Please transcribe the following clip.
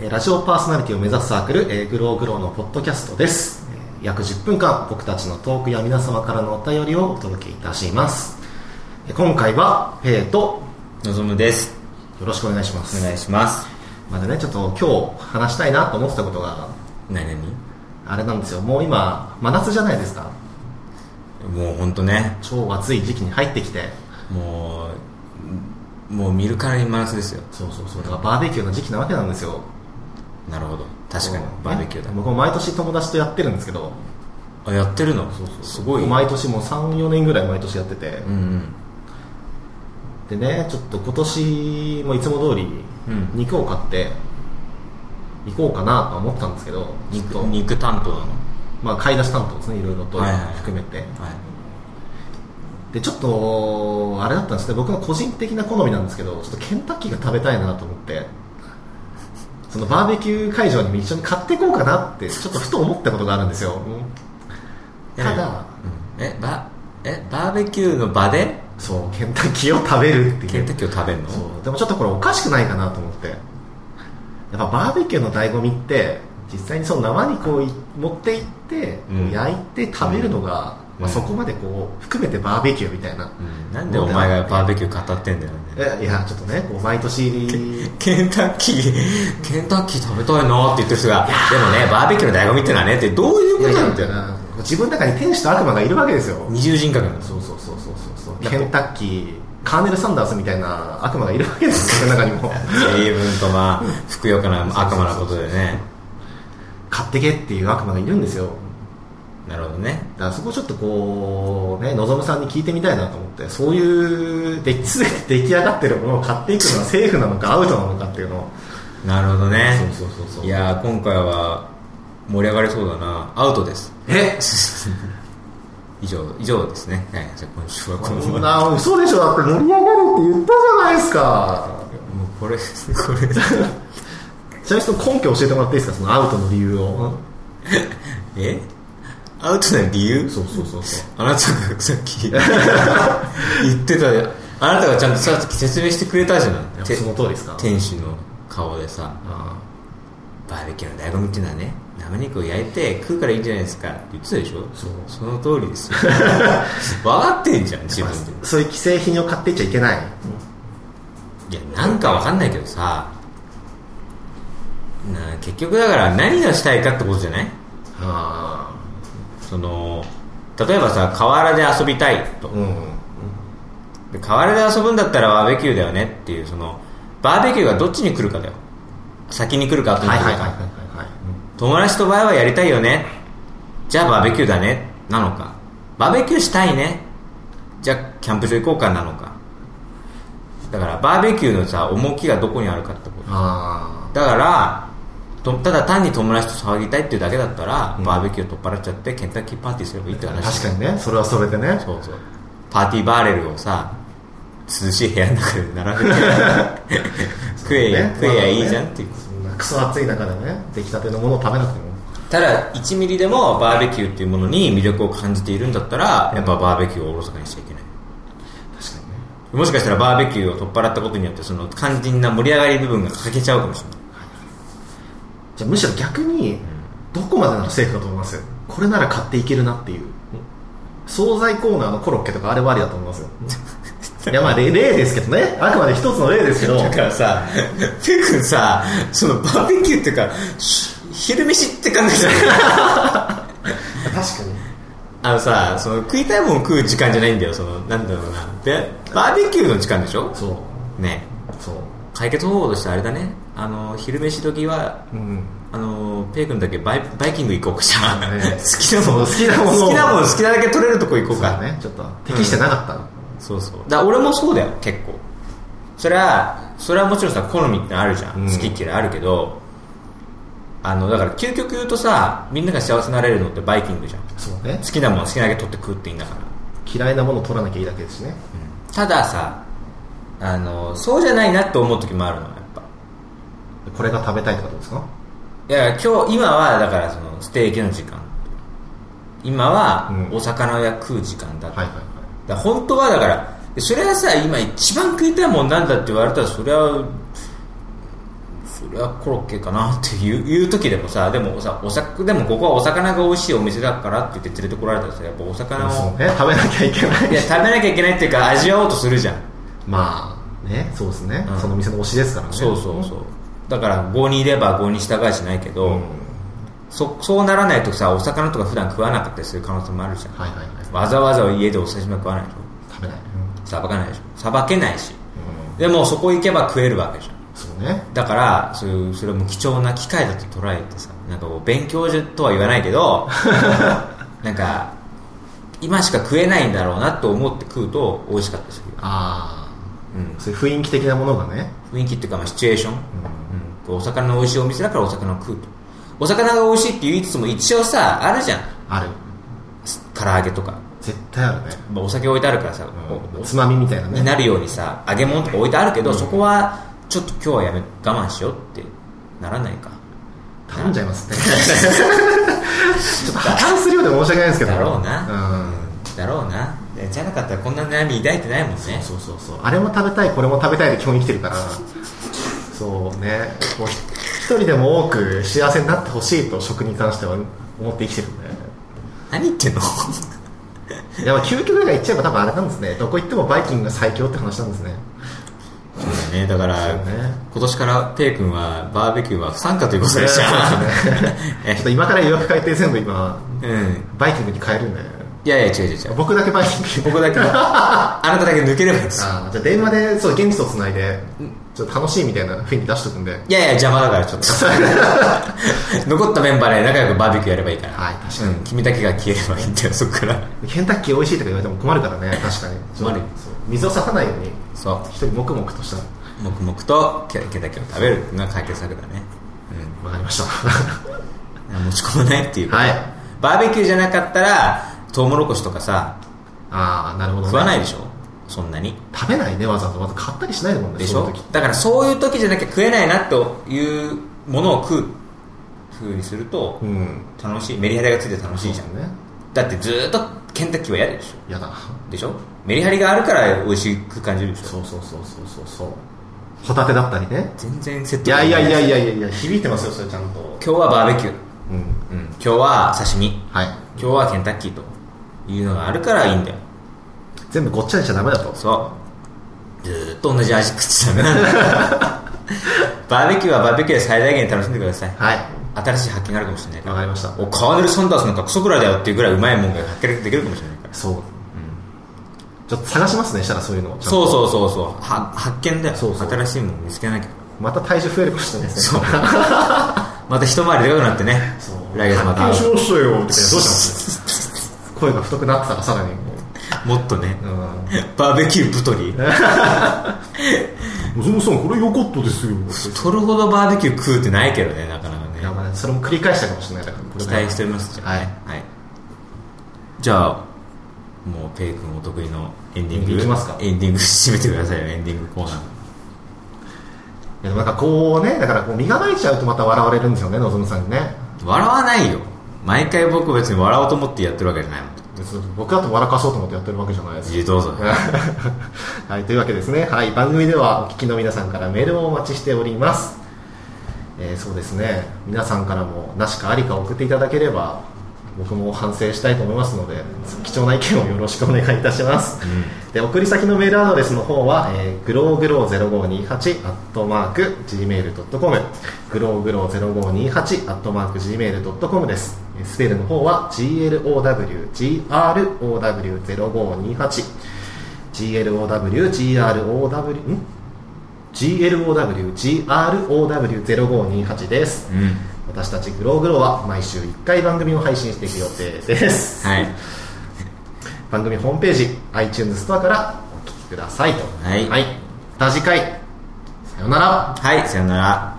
えーラジオパーソナリティを目指すサークル、えーグローグローのポッドキャストです、えー約10分間僕たちのトークや皆様からのお便りをお届けいたしますえー今回はペイとのぞむですよろしくお願いしまおす願いしますまだねちょっと今日話したいなと思ってたことが何何あれなんですよもう今真夏じゃないですかもう本当ね超暑い時期に入ってきてもうもう見るからに真夏ですよそうそうそうだからバーベキューの時期なわけなんですよなるほど確かにうんバーベキューだ僕も毎年友達とやってるんですけどあやってるのすごい毎年もう34年ぐらい毎年やっててう、んでねちょっと今年もいつも通りうん肉を買って行こうかなとは思ったんですけどうん肉ちょっと肉担当なのまあ、買い出し担当ですねいろいろとはいはいはい含めて、はいでちょっとあれだったんですね僕の個人的な好みなんですけどちょっとケンタッキーが食べたいなと思ってそのバーベキュー会場にも一緒に買っていこうかなってちょっとふと思ったことがあるんですよ、いやただうんえばえバーベキューの場でそうケンタッキーを食べるっていうケンタッキーを食べるのそうでもちょっとこれおかしくないかなと思ってやっぱバーベキューの醍醐味って実際にその生にこうい持って行って、うん焼いて食べるのが、うんまあ、そこまでこう含めてバーベキューみたいな、うんなんでお前がバーベキュー語ってんだよねえいやちょっとねこう毎年ケンタッキーケンタッキー食べたいなって言ってる人がでもねバーベキューの醍醐味ってのはねってどういうことなんだよな自分の中に天使と悪魔がいるわけですよ二重人格なんですそうそうそうそうそうそうケンタッキーカーネル・サンダースみたいな悪魔がいるわけですよ自分の中にも 英文とまあふくよかな悪魔なことでね買ってけっていう悪魔がいるんですよなるほどねだからそこちょっとこうねのぞむさんに聞いてみたいなと思ってそういうです でに出来上がってるものを買っていくのはセーフなのかアウトなのかっていうのをなるほどねそうそうそうそういやー今回は盛り上がりそうだなアウトです え以上以上ですねはいじゃあ今週はこのこんまなま嘘でしょだって盛り上がるって言ったじゃないですかもうこれこれちなみにその根拠教えてもらっていいですかそのアウトの理由をえアウトな理由そうそうそうそうあなたがさっ き言ってたあなたがちゃんとさっき説明してくれたじゃないやてその通りですか天使の顔でさあバーベキューの醍醐味っていうのはね生肉を焼いて食うからいいんじゃないですかって言ってたでしょそうその通り ですよ分かってんじゃん自あ分そういう既製品を買っていっちゃいけないでいやなんか分かんないけどさな結局だから何がしたいかってことじゃないあその例えばさ河原で遊びたいとあうんで河原で遊ぶんだったらバーベキューだよねっていうそのバーベキューがどっちに来るかだよ先に来るか後にはい来はいるか、はいはいはい友達と場合はやりたいよねじゃあバーベキューだねなのかバーベキューしたいねじゃあキャンプ場行こうかなのかだからバーベキューのさ重きがどこにあるかってことあだからとただ単に友達と騒ぎたいっていうだけだったら、バーベキュー取っ払っちゃってケンタッキーパーティーすればいいってあ話確かにねそれはそれでねそうそうパーティーバーレルをさ涼しい部屋の中で 並べて食えや、ね食えやいいじゃんっていうそんなクソ暑い中でね出来たてのものを食べなくてもただ1ミリでもバーベキューっていうものに魅力を感じているんだったらやっぱバーベキューをおろそかにしちゃいけない確かにねもしかしたらバーベキューを取っ払ったことによってその肝心な盛り上がり部分が欠けちゃうかもしれないじゃあむしろ逆にどこまでならセーフだと思いますこれなら買っていけるなっていう惣菜コーナーのコロッケとかあれはありだと思いますよ いやまあ例例ですけどねあくまで一つの例ですけどだからさ ペくんさそのバーベキューっていうかし昼飯って感じじゃない確かにあのさその食いたいもん食う時間じゃないんだよそのなんだろうなでバーベキューの時間でしょそうねそう解決方法としてあれだねあの昼飯時は うんあのペイ君だけバイバイキング行こうかじゃあ、ね 好きなものそう好きなものを好きなもの好きなだけ取れるとこ行こうそうかだねちょっと適してなかった、そうそうだから俺もそうだよ結構それはそれはもちろんさ好みってのあるじゃん、うん好き嫌いあるけどあのだから究極言うとさみんなが幸せになれるのってバイキングじゃん好そうねきなもの好きなだけ取って食うっていいんだから嫌いなものを取らなきゃいいだけですしねたださあのそうじゃないなって思う時もあるのやっぱこれが食べたいってことですかいや今日今はだからそのステーキの時間今はうんお魚や食う時間だ,、はいはいはいだから本当はだからそれはさ今一番食いたいもんなんだって言われたらそれはそれはコロッケかなっていういう時でもさでもさおさでもここはお魚が美味しいお店だからって言って連れてこられたらさやっぱお魚そうをね食べなきゃいけないいや食べなきゃいけないっていうか味わおうとするじゃん、まあねそうですね、うんその店の推しですからねそうそうそうだから郷にいれば郷に従いじゃないけど、うんそそうならないとさお魚とか普段食わなかったりする可能性もあるじゃん、はいはいはいわざわざ家でお刺身は食わないでし食べない、ょさばかないでしょさばけないしうんでもそこ行けば食えるわけじゃんそうねだからそういうそれも貴重な機会だと捉えてさなんかこう勉強とは言わないけ どなんか今しか食えないんだろうなと思って食うと美味しかったでするよ、あうんあ、そういう雰囲気的なものがね、雰囲気っていうかまあシチュエーション、うんうん、お魚の美味しいお店だからお魚を食うとお魚が美味しいって言いつつも一応さあるじゃんある唐揚げとか、絶対あるね、まあ、お酒置いてあるからさ、うおんおつまみみたいなにねなるようにさ揚げ物とか置いてあるけど、そこはちょっと今日はやめ我慢しようってならないか頼んじゃいます ねちょっと破綻するようで申し訳ないですけどだろうな、うんだろうなじゃなかったらこんな悩み抱いてないもんねそうそうそうあれも食べたいこれも食べたいで基本生きてるからそうねもうひ一人でも多く幸せになってほしいと食に関しては思って生きてるんで何言ってんのいやまあ究極ぐらい言っちゃえば多分あれなんですねどこ行ってもバイキングが最強って話なんですねそうだねだから、そうね今年からペイ君はバーベキューは不参加ということでした、ちょっと今から予約改定全部今 うんバイキングに変えるんでいやいや違う違う違う僕だけバイキング僕だ けあなただけ抜ければいいんですあーじゃあ電話でそう現地とつないでちょっと楽しいみたいな雰囲気出しとくんでいやいや邪魔だからちょっ と残ったメンバーで仲良くバーベキューやればいいから、はい確かにうん、君だけが消えればいいんだよそっからケンタッキー美味しいとか言われても困るからね確かに困るそう水を差さないようにそう一人黙々としたら黙々とケケだけを食べるっていうのが解決策だねうんわかりました 持ち込まないっていうか、はいバーベキューじゃなかったらトウモロコシとかさああなるほど、ね、食わないでしょそんなに食べないねわざわざわざ買ったりしないもんねでしそょの時だからそういう時じゃなきゃ食えないなというものを食う風にするとうん楽しいメリハリがついて楽しいじゃん、そうねだってずーっとケンタッキーは嫌でしやだょでしょメリハリがあるから美味しく感じるでしょそうそうそうそうそうそうホタテだったりね全然説いやいやいやいやいやいや響いてますよそれちゃんと今日はバーベキュうー、んうん、今日は刺身はい今日はケンタッキーというのがあるからいいんだよ全部ごっちゃにしちゃダメだとそうずーっと同じ味食っちゃダメなんだ バーベキューはバーベキューで最大限楽しんでくださいはい新しい発見があるかもしれないかわらかりましたおカーネル・サンダースなんかクソくらいだよっていうぐらいうまいもんが発見できるかもしれないからそう、ちょっと探しますねしたらそういうのをちゃんとそうそうそうそうは発見だよそうそう新しいもん見つけなきゃまた体重増えるかもしれないですねそう また一回りでかくなってね来月また発見しましたよってどうします声が太くなってたらさらにももっとねう、うんバーベキュー太りもそもそもこれ良かったですよ太るほどバーベキュー食うってないけどねなかなかねいやまあそれも繰り返したかもしれないだからこれ期から待しておりますじゃあ、はいはい、じゃあもうペイ君お得意のエンディングいきますかエンディング締めてくださいよエンディングコーナーいやでもなんかこうねだからこう身構えちゃうとまた笑われるんですよねのぞむさんにね笑わないよ毎回僕別に笑おうと思ってやってるわけじゃないもんでそれ僕だと笑かそうと思ってやってるわけじゃないです自由どうぞ はい、というわけですね、はい、番組ではお聞きの皆さんからメールをお待ちしております、えーそうですね皆さんからもなしかありか送っていただければ僕も反省したいと思いますので貴重な意見をよろしくお願いいたします、で送り先のメールアドレスの方は、えー、グローグロー0528アットマーク Gmail.com グローグロー0528アットマーク Gmail.com ですえースペルの方は GLOWGROW0528 GLOWGROW ん GLOWGROW0528 です、うん私たちグローグローは毎週1回番組を配信していく予定です、はい番組ホームページ iTunes ストアからお聞きくださいとはいまた次回さようならはいさよなら